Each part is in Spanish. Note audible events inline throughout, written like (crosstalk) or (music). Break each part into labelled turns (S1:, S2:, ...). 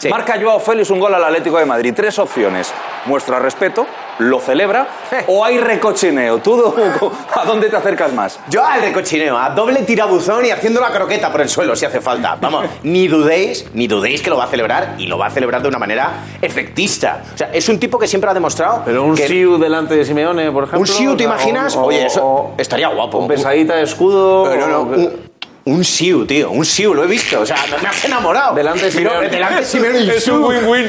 S1: Sí. Marca Joao Félix un gol al Atlético de Madrid. Tres opciones. Muestra respeto, lo celebra o hay recochineo. ¿Tú (laughs) Domingo, a dónde te acercas más?
S2: Yo al recochineo, a doble tirabuzón y haciendo la croqueta por el suelo si hace falta. Vamos, ni dudéis, ni dudéis que lo va a celebrar y lo va a celebrar de una manera efectista. O sea, es un tipo que siempre ha demostrado.
S3: Pero un
S2: que-
S3: Siu delante de Simeone, por ejemplo.
S2: ¿Un Siu,
S3: o
S2: te
S3: sea,
S2: imaginas?
S3: o- o-
S2: Oye, eso
S3: o-
S2: estaría guapo.
S3: Un pesadita de escudo.
S2: No, no,
S3: o-
S2: un, un Siu, tío, un Siu, lo he visto. O sea, me- me has enamorado.
S3: Delante de (laughs)
S2: Pero
S3: Simeone.
S2: Delante de Simeone y
S1: Es un
S2: Siu.
S1: win-win.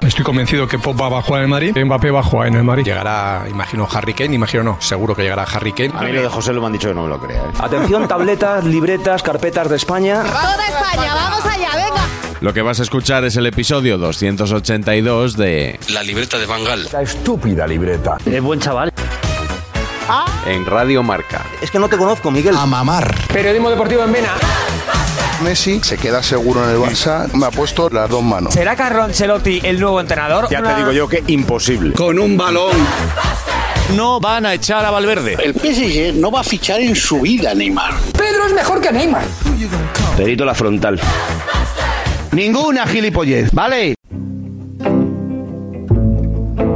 S4: Estoy convencido que Pop va a jugar en el Madrid, Mbappé va a jugar en el Madrid. Llegará, imagino, Harry Kane, imagino no, seguro que llegará Harry Kane.
S2: A mí lo de José lo me han dicho que no me lo crea. ¿eh?
S5: Atención, tabletas, libretas, carpetas de España.
S6: Toda España, vamos allá, venga.
S7: Lo que vas a escuchar es el episodio 282 de
S8: La libreta de Bangal.
S5: Es buen chaval.
S7: En Radio Marca.
S2: Es que no te conozco, Miguel.
S3: Periodismo deportivo en Vena.
S9: Messi se queda seguro en el Barça. Me ha puesto las dos manos.
S5: ¿Será Carlo Ancelotti el nuevo entrenador? Ya te digo yo.
S4: Con un balón.
S5: No van a echar a Valverde.
S9: El PSG no va a fichar en su vida, Neymar.
S3: Pedro es mejor que Neymar.
S5: Perito la frontal.
S9: Ninguna gilipollez, ¿vale?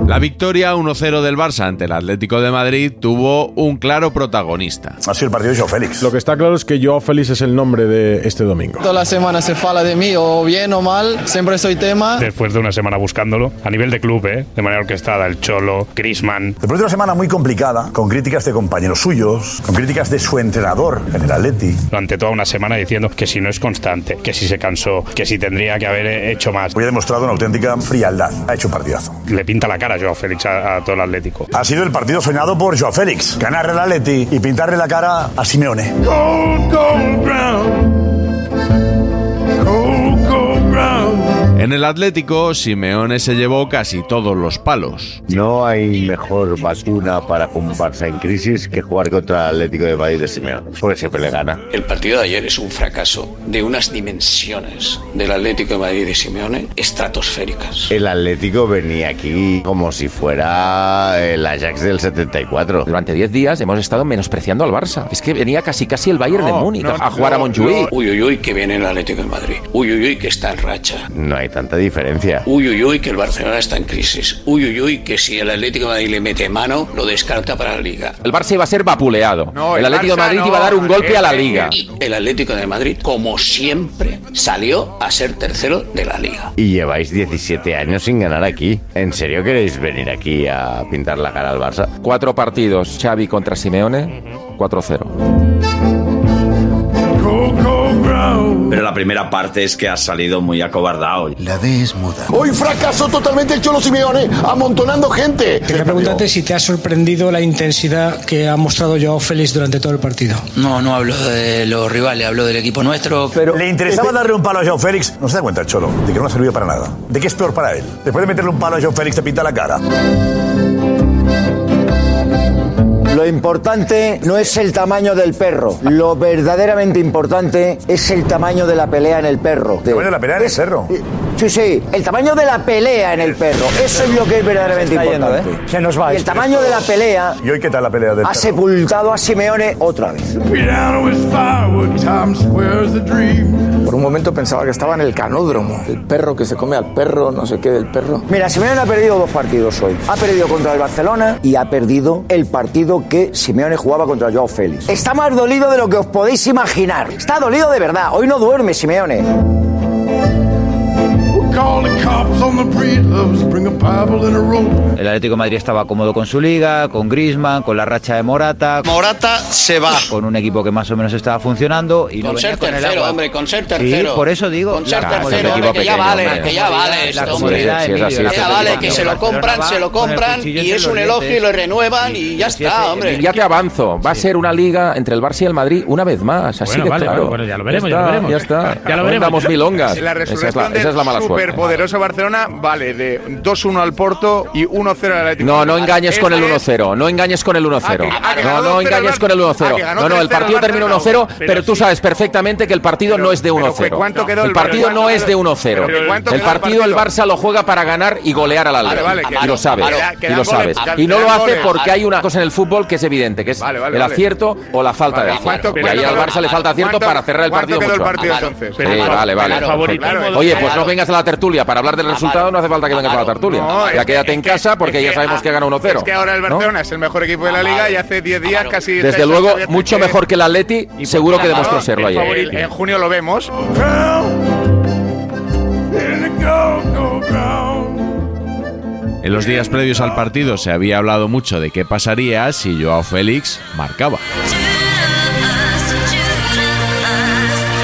S7: La victoria 1-0 del Barça ante el Atlético de Madrid tuvo un claro protagonista.
S9: Ha sido el partido de Joao Félix.
S3: que está claro es que Joao Félix es el nombre
S9: eh,
S3: de este domingo.
S6: Toda la semana se fala de mí, o bien o mal, siempre soy tema.
S9: Después de una semana buscándolo, a nivel de club, ¿eh? de manera orquestada, el Cholo, Crisman. Después de una semana muy complicada, con críticas de compañeros suyos, con críticas de su entrenador en el Atleti. Durante toda una semana diciendo que si no es constante, que si se cansó, que si tendría que haber hecho más. Hoy ha demostrado una auténtica frialdad. Ha hecho un partidazo. Le pinta la cara Joao Félix a, todo el Atlético. Ha sido el partido soñado por Joao Félix. Ganar el Atleti y pintarle la cara a Simeone.
S7: En el Atlético, Simeone se llevó casi todos los palos.
S2: No hay mejor vacuna para un Barça en crisis que jugar contra el Atlético de Madrid de Simeone, porque siempre le gana.
S9: El partido de ayer es un fracaso de unas dimensiones del Atlético de Madrid de Simeone estratosféricas.
S2: El Atlético venía aquí como si fuera el Ajax del 74.
S8: Durante 10 días hemos estado menospreciando al Barça. Es que venía casi casi el Bayern de Múnich a jugar a Montjuic.
S9: Uy, uy, uy, que viene el Atlético de Madrid. Uy, uy, uy, que está en racha.
S2: No hay tanta diferencia.
S9: Uy, uy, uy, que el Barcelona está en crisis. Uy, uy, uy, que si el Atlético de Madrid le mete mano, lo descarta para la Liga.
S8: El Barça iba a ser vapuleado. el Atlético de Madrid iba a dar un golpe a la liga.
S9: Y el Atlético de Madrid, como siempre, salió a ser tercero de la Liga.
S2: Y lleváis 17 años sin ganar aquí. ¿En serio queréis venir aquí a pintar la cara al Barça?
S8: Cuatro partidos, Xavi contra Simeone, 4-0.
S5: Pero la primera parte es que ha salido muy acobardado.
S9: La D es muda.
S6: Hoy fracasó totalmente el Cholo Simeone, amontonando gente.
S5: Quería preguntarte si te ha sorprendido la intensidad que ha mostrado Joao Félix durante todo el partido.
S9: No, no hablo de los rivales, hablo del equipo nuestro.
S1: Le interesaba
S6: este
S1: darle un palo a Joao Félix. No se da cuenta el Cholo de que no ha servido para nada. De que es peor para él. Después de meterle un palo a Joao Félix, te pinta la cara.
S5: Lo importante no es el tamaño del perro. Lo verdaderamente importante es el tamaño de la pelea en el perro.
S1: Tamaño de la pelea en el
S5: Es-
S1: perro.
S5: eh,
S10: Chusé, el tamaño de la pelea en el perro. Eso es lo que es verdaderamente importante.
S9: Se ¿eh? nos va.
S10: Y el tamaño de la pelea
S9: ¿Y hoy qué tal la pelea del
S10: ha sepultado a Simeone otra vez.
S11: Por un momento pensaba que estaba en el canódromo. El perro que se come al perro, no sé qué del perro.
S10: Mira, Simeone ha perdido dos partidos hoy. Ha perdido contra el Barcelona y ha perdido el partido que Simeone jugaba contra Joao Félix. Está más dolido de lo que os podéis imaginar. Está dolido de verdad. Hoy no duerme Simeone.
S1: El Atlético de Madrid estaba cómodo con su liga, con Griezmann, con la racha de Morata. Morata se va. Con un equipo que más o menos estaba funcionando y no
S12: Con
S1: venía
S12: ser
S1: con el
S12: tercero,
S1: agua.
S12: hombre, con ser
S1: Sí,
S12: tercero.
S1: por eso digo.
S12: Con ser
S1: la
S12: tercero,
S1: comodidad.
S12: hombre, que ya
S1: Equipo
S12: vale,
S1: pequeño,
S12: que ya
S1: hombre.
S12: vale.
S1: La
S12: esto,
S1: comodidad,
S12: hombre.
S1: Emilio,
S12: Que ya
S1: la
S12: vale,
S1: comodidad.
S12: que se lo
S1: Barcelona
S12: compran,
S1: va
S12: se lo
S1: con el
S12: compran
S1: cuchillo
S12: y
S1: entre
S12: es
S1: los
S12: un elogio y
S1: dientes.
S12: lo renuevan y ya
S13: Ah,
S12: está, hombre.
S14: Ya te avanzo. Va a ser una liga entre el Barça y el Madrid una vez más. Así
S15: Bueno,
S14: de
S15: vale,
S14: claro.
S15: bueno, bueno, ya lo veremos, ya
S14: está,
S15: lo veremos.
S14: Ya está.
S15: Ya lo
S14: No
S15: veremos.
S14: damos milongas.
S13: La
S14: esa es
S13: resurrección
S14: la, esa es la mala
S13: del
S14: suerte.
S13: superpoderoso Barcelona vale de 2-1 al Porto y 1-0 al Atlético.
S14: No, no engañes con el
S13: Este es-
S14: 1-0. No engañes con el 1-0.
S13: Ah, que ganó
S14: No, no
S13: 2-0
S14: engañes
S13: el
S14: con el
S13: Ah, que
S14: 1-0.
S13: ganó
S14: No, no, el
S13: 3-0
S14: partido
S13: el
S14: terminó
S13: Barcelona.
S14: 1-0,
S13: Pero
S14: pero tú sabes perfectamente que el partido no es de
S13: pero ¿cuánto quedó
S14: 1-0.
S13: el
S14: El partido
S13: Barça?
S14: no es de
S13: Pero
S14: 1-0.
S13: ¿cuánto
S14: El
S13: quedó el
S14: partido el Barça lo juega para ganar y golear al
S13: Vale, vale,
S14: Alba.
S13: que-
S14: Y lo sabes.
S13: Vale, que
S14: Y
S13: dan
S14: lo
S13: goles,
S14: sabes.
S13: que
S14: Y no
S13: dan
S14: lo hace
S13: goles.
S14: porque hay una cosa en el fútbol que es evidente, que es
S13: vale,
S14: el
S13: vale.
S14: acierto o la falta de
S13: Vale,
S14: acierto.
S13: ¿cuánto-
S14: Y Ah, ahí al
S13: cuánto
S14: Barça le falta acierto
S13: cuánto-
S14: para cerrar el
S13: cuánto
S14: partido
S13: quedó el
S14: mucho
S13: partido,
S14: antes.
S13: entonces?
S14: Sí,
S13: Pero-
S14: vale, vale.
S13: Claro,
S14: perfecto.
S13: favoritismo
S14: Oye,
S13: del
S14: pues no
S13: Barça.
S14: vengas a la tertulia. Para hablar del
S13: Ah,
S14: resultado no hace falta que vengas a la tertulia.
S13: No, es
S14: Ya
S13: que- ah,
S14: quédate en casa porque ya sabemos que gana 1-0.
S13: Es que ahora el
S14: ¿no? Ah,
S13: Barcelona es el mejor equipo de la liga y hace 10 días casi.
S14: Desde
S13: estáis
S14: luego,
S13: todavía-
S14: mucho mejor que el Atleti, seguro que
S13: Claro,
S14: demostró serlo
S13: el
S14: ayer.
S13: favorito- En junio lo vemos.
S7: En los días previos al partido se había hablado mucho de qué pasaría si Joao Félix marcaba.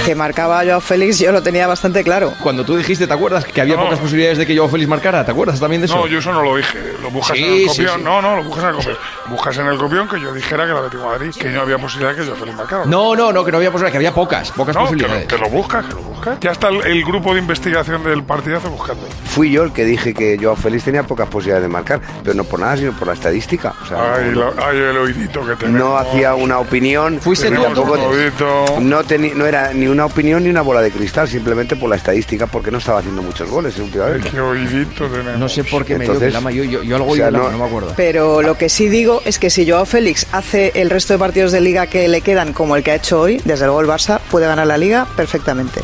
S16: Que marcaba Joao Félix, yo lo tenía bastante claro.
S15: Cuando tú dijiste, ¿te acuerdas? Que había
S16: No.
S15: pocas posibilidades de que Joao Félix marcara. ¿Te acuerdas también de eso?
S17: No, yo eso no lo dije. Lo buscas
S15: Sí,
S17: en el
S15: sí,
S17: copión.
S15: sí.
S17: No, no, lo buscas en el copión. Buscas en el copión que yo dijera que la Atlético de Madrid, que no había posibilidad que yo Félix marcara.
S15: No, no, no, que no había posibilidades, que había pocas, pocas
S17: No, que
S15: posibilidades.
S17: lo, que lo buscas, que lo buscas. Ya está el, el grupo de investigación del partidazo buscando.
S5: Fui yo el que dije que Joao Félix tenía pocas posibilidades de marcar, pero no por nada, sino por la estadística. O sea,
S17: Ay,
S5: no-
S17: la- ay, el oidito que tenemos.
S5: no hacía una opinión.
S17: Fuiste tú,
S5: pero tampoco-
S17: entonces.
S5: no, teni- no era ni una opinión ni una bola de cristal, simplemente por la estadística, porque no estaba haciendo muchos goles
S14: ¿eh?
S5: últimamente.
S17: Qué oidito tenemos. No sé por
S5: qué me dio Vilama, yo- yo- yo algo
S17: o
S5: dio
S17: sea,
S5: Vilama,
S17: no-
S5: no me acuerdo.
S16: Pero lo que sí digo es que si Joao Félix hace el resto de partidos de liga que le quedan como el que ha hecho hoy, desde luego el Barça puede ganar la liga perfectamente.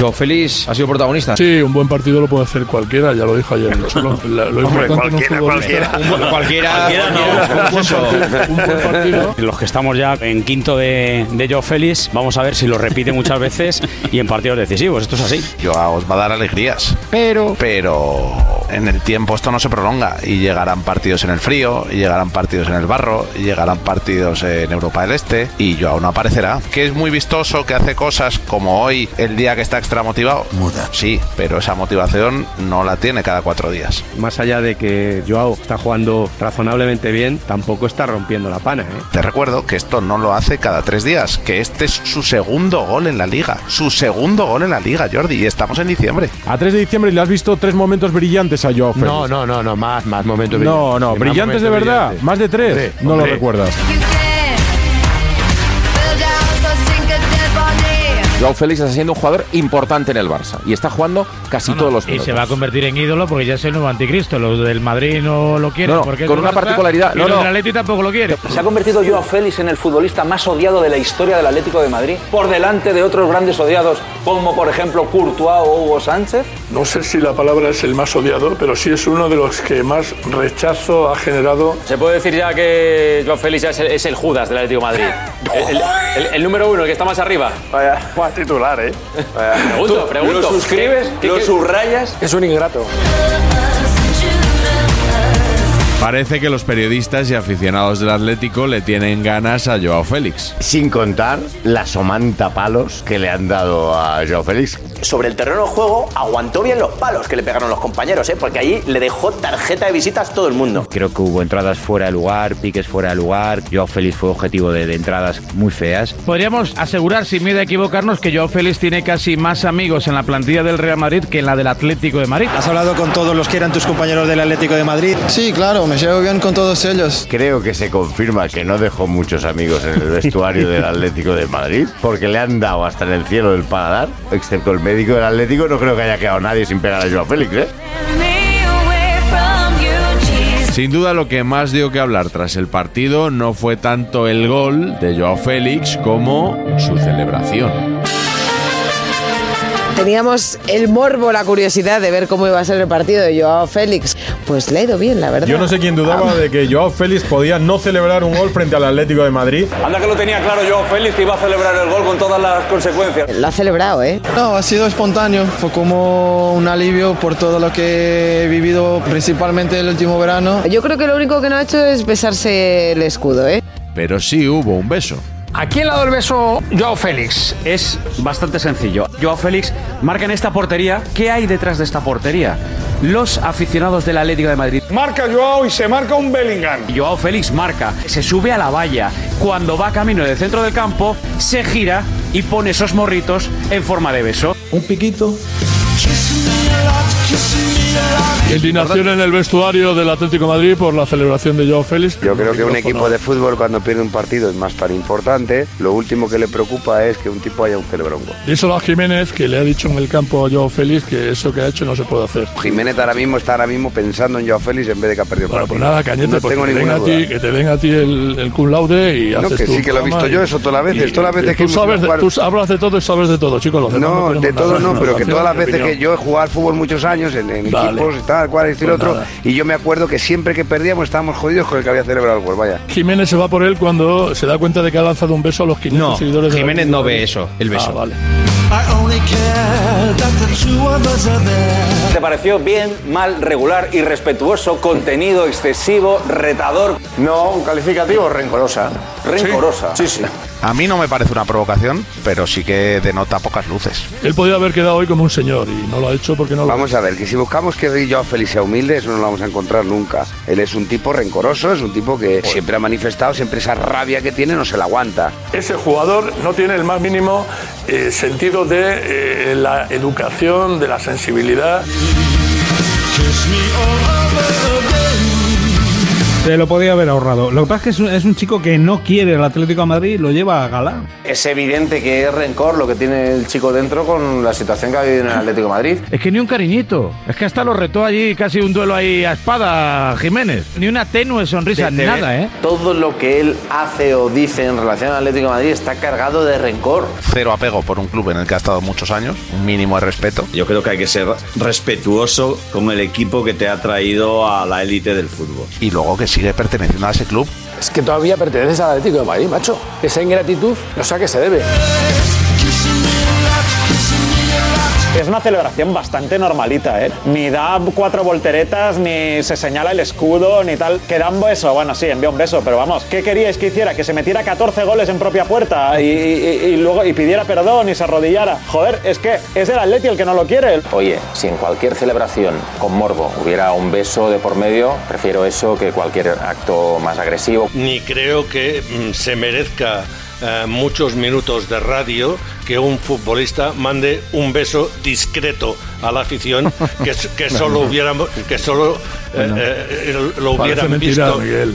S15: Joao Félix ha sido protagonista.
S18: Sí, un buen partido lo puede hacer cualquiera, ya lo dijo ayer. Solo la- lo
S15: Hombre,
S18: importante en un
S15: cualquiera,
S18: futbolista-
S15: cualquiera. Un buen- cualquiera, Cualquiera no. cualquiera, ¿cómo es eso?
S18: Un buen partido
S19: Los que estamos ya en quinto de, de Joe Félix, vamos a ver si lo repite muchas veces y en partidos decisivos. Esto es así.
S20: Joao os va a dar alegrías. Pero. Pero. En el tiempo esto no se prolonga y llegarán partidos en el frío, y llegarán partidos en el barro, y llegarán partidos en Europa del Este y Joao no aparecerá. Que es muy vistoso, que hace cosas como hoy, el día que está extra motivado. Muda. Sí, pero esa motivación no la tiene cada cuatro días.
S21: Más allá de que Joao está jugando razonablemente bien, tampoco está rompiendo la pana.
S20: Te recuerdo que esto no lo hace cada tres días, que este es su segundo gol en la liga. Su segundo gol en la liga, Jordi, y estamos en diciembre.
S22: A 3 de diciembre le has visto tres momentos brillantes a Joao Félix.
S20: No, no, no, no, más, más momentos
S22: No, no, brillantes de verdad.
S4: Ah,
S22: Más de tres.
S20: Hombre,
S22: no
S20: hombre.
S22: lo recuerdas.
S14: Joao Félix está siendo un jugador importante en el Barça y está jugando casi todos los
S23: Y
S14: minutos.
S23: se va a convertir en ídolo porque ya es el nuevo anticristo. Los del Madrid no lo quieren.
S14: No, no,
S23: porque es
S14: con
S23: del
S14: una
S23: Barça,
S14: particularidad.
S23: Y
S14: No,
S23: los
S14: no.
S23: del Atleti tampoco lo quieren.
S24: Se ha convertido Joao Félix en el futbolista más odiado de la historia del Atlético de Madrid, por delante de otros grandes odiados como por ejemplo Courtois o Hugo Sánchez.
S18: No sé si la palabra es el más odiado, pero sí es uno de los que más rechazo ha generado.
S25: Se puede decir ya que Joao Félix ya es el, es el Judas del Atlético de Madrid. El, el- el- el número uno, el que está más arriba.
S17: Vaya, Buah, titular, ¿eh?
S25: Pregunto, pregunto.
S17: ¿Lo suscribes?
S25: ¿Qué-
S17: ¿Lo
S25: qué-
S17: subrayas? Es un ingrato.
S7: Parece que los periodistas y aficionados del Atlético le tienen ganas a Joao Félix.
S26: Sin contar la somanta palos que le han dado a Joao Félix.
S27: Sobre el terreno de juego aguantó bien los palos que le pegaron los compañeros, ¿eh? porque allí le dejó tarjeta de visitas todo el mundo.
S1: Creo que hubo entradas fuera de lugar, piques fuera de lugar. Joao Félix fue objetivo de, de entradas muy feas.
S23: Podríamos asegurar, sin miedo a equivocarnos, que Joao Félix tiene casi más amigos en la plantilla del Real Madrid que en la del Atlético de Madrid.
S2: ¿Has hablado con todos los que eran tus compañeros del Atlético de Madrid?
S6: Sí, claro, me me llevo bien con todos ellos.
S28: Creo que se confirma que no dejó muchos amigos en el vestuario del Atlético de Madrid, porque le han dado hasta en el cielo del paladar, excepto el médico del Atlético, no creo que haya quedado nadie sin pegar a Joao Félix, ¿eh?
S7: Sin duda lo que más dio que hablar tras el partido no fue tanto el gol de Joao Félix como su celebración.
S29: Teníamos el morbo, la curiosidad de ver cómo iba a ser el partido de Joao Félix. Pues le ha ido bien, la verdad.
S30: Yo no sé quién dudaba de que Joao Félix podía no celebrar un gol frente al Atlético de Madrid.
S24: Anda que lo tenía claro yo, Félix, que iba a celebrar el gol con todas las consecuencias.
S29: Lo ha celebrado, ¿eh?
S6: No, ha sido espontáneo. Fue como un alivio por todo lo que he vivido, principalmente el último verano.
S29: Yo creo que lo único que no ha hecho es besarse el escudo, ¿eh?
S7: Pero sí hubo un beso.
S31: ¿A quién le ha dado el beso Joao Félix?
S2: Es bastante sencillo. Joao Félix marca en esta portería. ¿Qué hay detrás de esta portería? Los aficionados del Atlético de Madrid.
S32: Marca Joao y se marca un Bellingham.
S2: Joao Félix marca, se sube a la valla. Cuando va camino del centro del campo, se gira y pone esos morritos en forma de beso.
S33: Un piquito.
S18: Indignación en el vestuario del Atlético de Madrid por la celebración de Joao Félix.
S5: Yo creo que un equipo de fútbol cuando pierde un partido es más tan importante, lo último que le preocupa es que un tipo haya un celebrongo.
S18: Díselo a Jiménez, que le ha dicho en el campo a Joao Félix que eso que ha hecho no se puede hacer.
S5: Jiménez ahora mismo está ahora mismo pensando en Joao Félix en vez de que ha perdido el
S18: Bueno,
S5: partido.
S18: pues nada, Cañete,
S5: no
S18: pues
S5: tengo
S18: que, te
S5: ninguna
S18: venga a ti,
S5: duda.
S18: que te venga a ti el, el cum laude y
S5: No,
S18: haces
S5: que
S18: tú
S5: sí,
S18: un
S5: que lo he
S18: programa
S5: visto yo,
S18: y-
S5: eso todas las veces,
S18: y-
S5: todas las veces
S18: y
S5: que
S18: Tú
S5: hemos ido a
S18: sabes, de-
S5: jugar.
S18: tú hablas de todo y sabes de todo, chicos. los demás
S5: No,
S18: tenemos
S5: de
S18: nada,
S5: todo no,
S18: nada, (laughs)
S5: pero que todas las veces que
S18: opinión.
S5: yo he jugado al fútbol muchos años en, en
S18: Vale.
S5: equipos, tal cual, esto y lo
S18: Pues
S5: otro,
S18: nada.
S5: y yo me acuerdo que siempre que perdíamos estábamos jodidos con el que había celebrado el gol, vaya.
S18: Jiménez se va por él cuando se da cuenta de que ha lanzado un beso a los 500
S34: No,
S18: seguidores de
S34: Jiménez no ve eso, el beso.
S18: Ah, vale.
S24: ¿Te pareció bien, mal, regular, irrespetuoso, contenido, excesivo, retador?
S35: No, un calificativo rencorosa.
S24: Rencorosa.
S35: Sí, sí.
S20: A mí no me parece una provocación, pero sí que denota pocas luces.
S18: Él podía haber quedado hoy como un señor y no lo ha hecho porque no lo
S5: Vamos a ver, que si buscamos que Joao Félix sea humilde, eso no lo vamos a encontrar nunca. Él es un tipo rencoroso, es un tipo que siempre ha manifestado, siempre esa rabia que tiene no se la aguanta.
S18: Ese jugador no tiene el más mínimo eh, sentido de eh, la educación, de la sensibilidad.
S36: Se lo podía haber ahorrado. Lo que pasa es que es un, es un chico que no quiere el Atlético de Madrid y lo lleva a Galán.
S35: Es evidente que es rencor lo que tiene el chico dentro con la situación que ha vivido en el Atlético de Madrid.
S37: Es que ni un cariñito. Es que hasta lo retó allí casi un duelo ahí a espada Jiménez. Ni una tenue sonrisa,
S35: de ver
S37: nada, ¿eh?
S35: Todo lo que él hace o dice en relación al Atlético de Madrid está cargado de rencor.
S20: Cero apego por un club en el que ha estado muchos años, un mínimo de respeto.
S38: Yo creo que hay que ser respetuoso con el equipo que te ha traído a la élite del fútbol.
S20: Y luego que sigue perteneciendo a ese club.
S39: Es que todavía perteneces al Atlético de Madrid, macho. Esa ingratitud, no sé a qué se debe.
S9: Es una celebración bastante normalita, ¿eh? Ni da cuatro volteretas, ni se señala el escudo, ni tal. Que da un beso, bueno, sí, envió un beso, pero vamos, ¿qué queríais que hiciera? Que se metiera 14 goles en propia puerta y, y- y luego y pidiera perdón y se arrodillara. Joder, es que es el Atleti el que no lo quiere.
S14: Oye, si en cualquier celebración con morbo hubiera un beso de por medio, prefiero eso que cualquier acto más agresivo.
S11: Ni creo que mm, se merezca eh, muchos minutos de radio que un futbolista mande un beso discreto a la
S2: (laughs)
S11: afición que, s- que
S18: No,
S11: solo
S18: no.
S11: hubiéramos que solo eh, eh, lo
S18: Parece
S11: hubieran
S18: mentira,
S11: visto
S18: Miguel.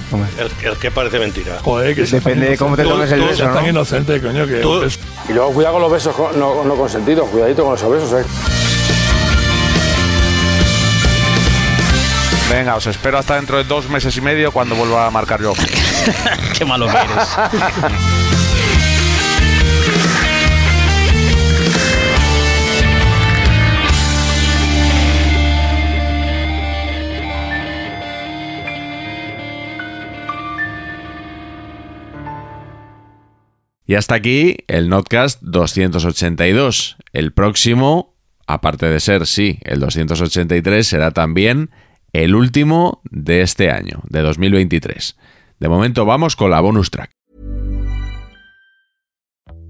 S11: El, el que parece mentira
S18: Joder, que seas tan inocente. Tú- seas tan inocente, coño, que
S11: Tú-
S18: es-
S39: Y luego cuidado con los besos co- no, no consentidos, cuidadito con los besos, ¿eh?
S20: Venga, os espero hasta dentro de dos meses y medio cuando vuelva a marcar yo.
S1: (laughs) Qué malo que eres.
S7: Y hasta aquí el Notcast 282. El próximo, aparte de ser, sí, el 283, será también el último de este año, de 2023. De momento vamos con la bonus track.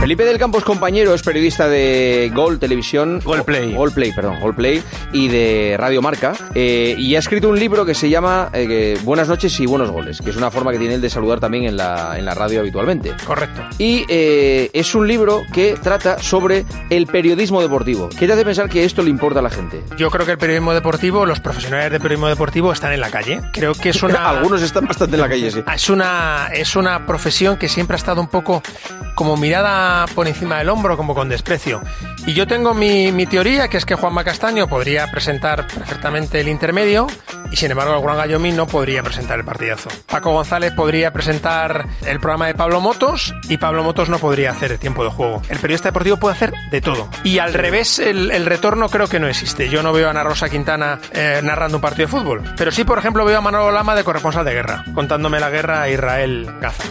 S2: Felipe del Campo es compañero, es periodista de Gol Televisión. Gol Play. Gol Play, perdón, Gol Play. Y de Radio Marca. eh, y ha escrito un libro que se llama eh, que- Buenas noches y buenos goles, que es una forma que tiene él de saludar también en la, en la radio habitualmente.
S4: Correcto.
S2: Y eh, es un libro que trata sobre el periodismo deportivo. ¿Qué te hace pensar que esto le importa a la gente?
S4: Yo creo que el periodismo deportivo, los profesionales de periodismo deportivo están en la calle. Creo que
S39: (laughs)
S4: es una.
S2: Algunos están bastante en la calle, sí.
S4: Ah, Es una, es una profesión que siempre ha estado un poco como mirada por encima del hombro, como con desprecio. Y yo tengo mi, mi teoría, que es que Juanma Castaño podría presentar perfectamente el intermedio y sin embargo el Gran Gallomi no podría presentar el partidazo. Paco González podría presentar el programa de Pablo Motos y Pablo Motos no podría hacer el tiempo de juego. El periodista deportivo puede hacer de todo. Y al revés, el, el retorno creo que no existe. Yo no veo a Ana Rosa Quintana eh, narrando un partido de fútbol. Pero sí, por ejemplo, veo a Manolo Lama de corresponsal de guerra, contándome la guerra a Israel-Gaza.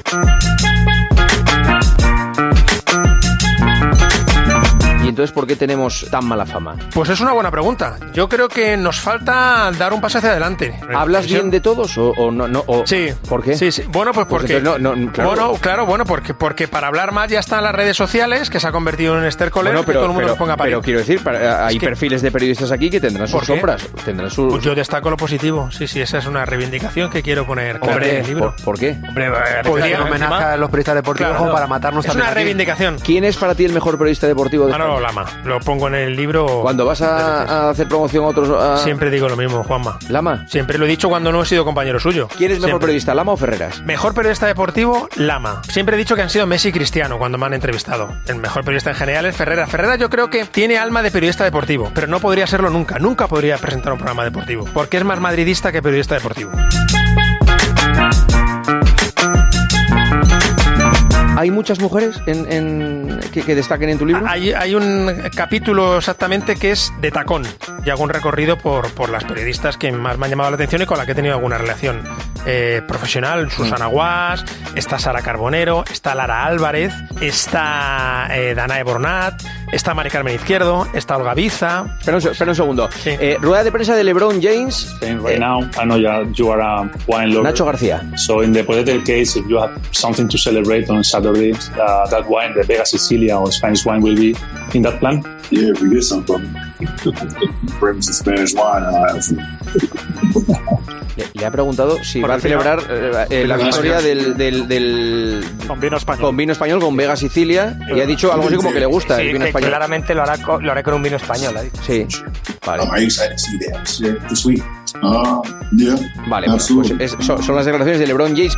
S2: ¿Y entonces por qué tenemos tan mala fama?
S4: Pues es una buena pregunta. Yo creo que nos falta dar un paso hacia adelante.
S2: ¿Hablas bien de todos o, o no? no o-
S4: Sí.
S2: ¿Por qué?
S4: Sí, sí. Bueno, pues porque.
S2: entonces no- no, claro.
S4: Bueno, claro, bueno, porque, porque para hablar más ya están las redes sociales, que se ha convertido en un estercolero,
S2: Bueno,
S4: que todo el mundo
S2: pero,
S4: nos ponga
S2: pero
S4: parido.
S2: quiero decir, para- hay
S4: que-
S2: perfiles de periodistas aquí que tendrán sus
S4: ¿Por qué?
S2: sombras, tendrán sus...
S4: Pues yo destaco lo positivo. Sí, sí, esa es una reivindicación que quiero poner.
S2: ¿Por
S4: Hombre,
S2: qué?
S4: en el libro.
S2: ¿Por, por qué?
S4: Podría-
S40: hacer un homenaje
S4: encima-
S40: a los periodistas deportivos
S4: Claro.
S40: como para matarnos
S4: Es
S40: también.
S4: una
S40: aquí.
S4: reivindicación.
S2: ¿Quién es para ti el mejor periodista deportivo de
S4: Manolo
S2: España?
S4: Lama. Lo pongo en el libro.
S2: Cuando vas a, a hacer promoción a otros... eh, a-
S4: Siempre digo lo mismo, Juanma.
S2: ¿Lama?
S4: Siempre lo he dicho cuando no he sido compañero suyo.
S2: ¿Quién es mejor
S4: Siempre.
S2: periodista, Lama o Ferreras?
S4: Mejor periodista deportivo, Lama. Siempre he dicho que han sido Messi y Cristiano cuando me han entrevistado. El mejor periodista en general es Ferrera. Ferrera yo creo que tiene alma de periodista deportivo, pero no podría serlo nunca. Nunca podría presentar un programa deportivo, porque es más madridista que periodista deportivo.
S2: ¿Hay muchas mujeres en, en- que, que destaquen en tu libro?
S4: Hay, hay un capítulo exactamente que es de tacón y hago un recorrido por, por las periodistas que más me han llamado la atención y con las que he tenido alguna relación eh,
S2: Mm.
S4: profesional. Susana Guas, está Sara Carbonero, está Lara Álvarez, está eh, Danae Bornat, está Mari Carmen Izquierdo, está Olga Biza.
S2: Espera un, se- espera un segundo. Eh, rueda de prensa de LeBron James. eh,
S22: right now. I know you are, you are a wine lover.
S2: Nacho García.
S22: So in the hypothetical case, if you have something to celebrate on Saturday, uh, that wine, the Vega Sicilia or Spanish wine, will be in that plan.
S6: Yeah, if we get something, (laughs) bring some Spanish wine. I'll have some.
S2: Le, le ha preguntado si va a
S22: al final-
S2: celebrar eh, eh, la
S22: Vega
S2: victoria
S22: Sicilia.
S2: del, del, del-
S1: Con vino español.
S2: con vino español, con Vega Sicilia, y ha dicho algo así como que le gusta
S1: Sí,
S2: el vino
S1: que
S2: español.
S1: claramente lo hará, con, lo haré con un vino español. ha dicho.
S2: Sí, vale.
S6: Um, are you excited to see that shit this week? Um, yeah.
S2: Vale, bueno, pues
S6: absolutely.
S2: es- son, son las declaraciones de LeBron James.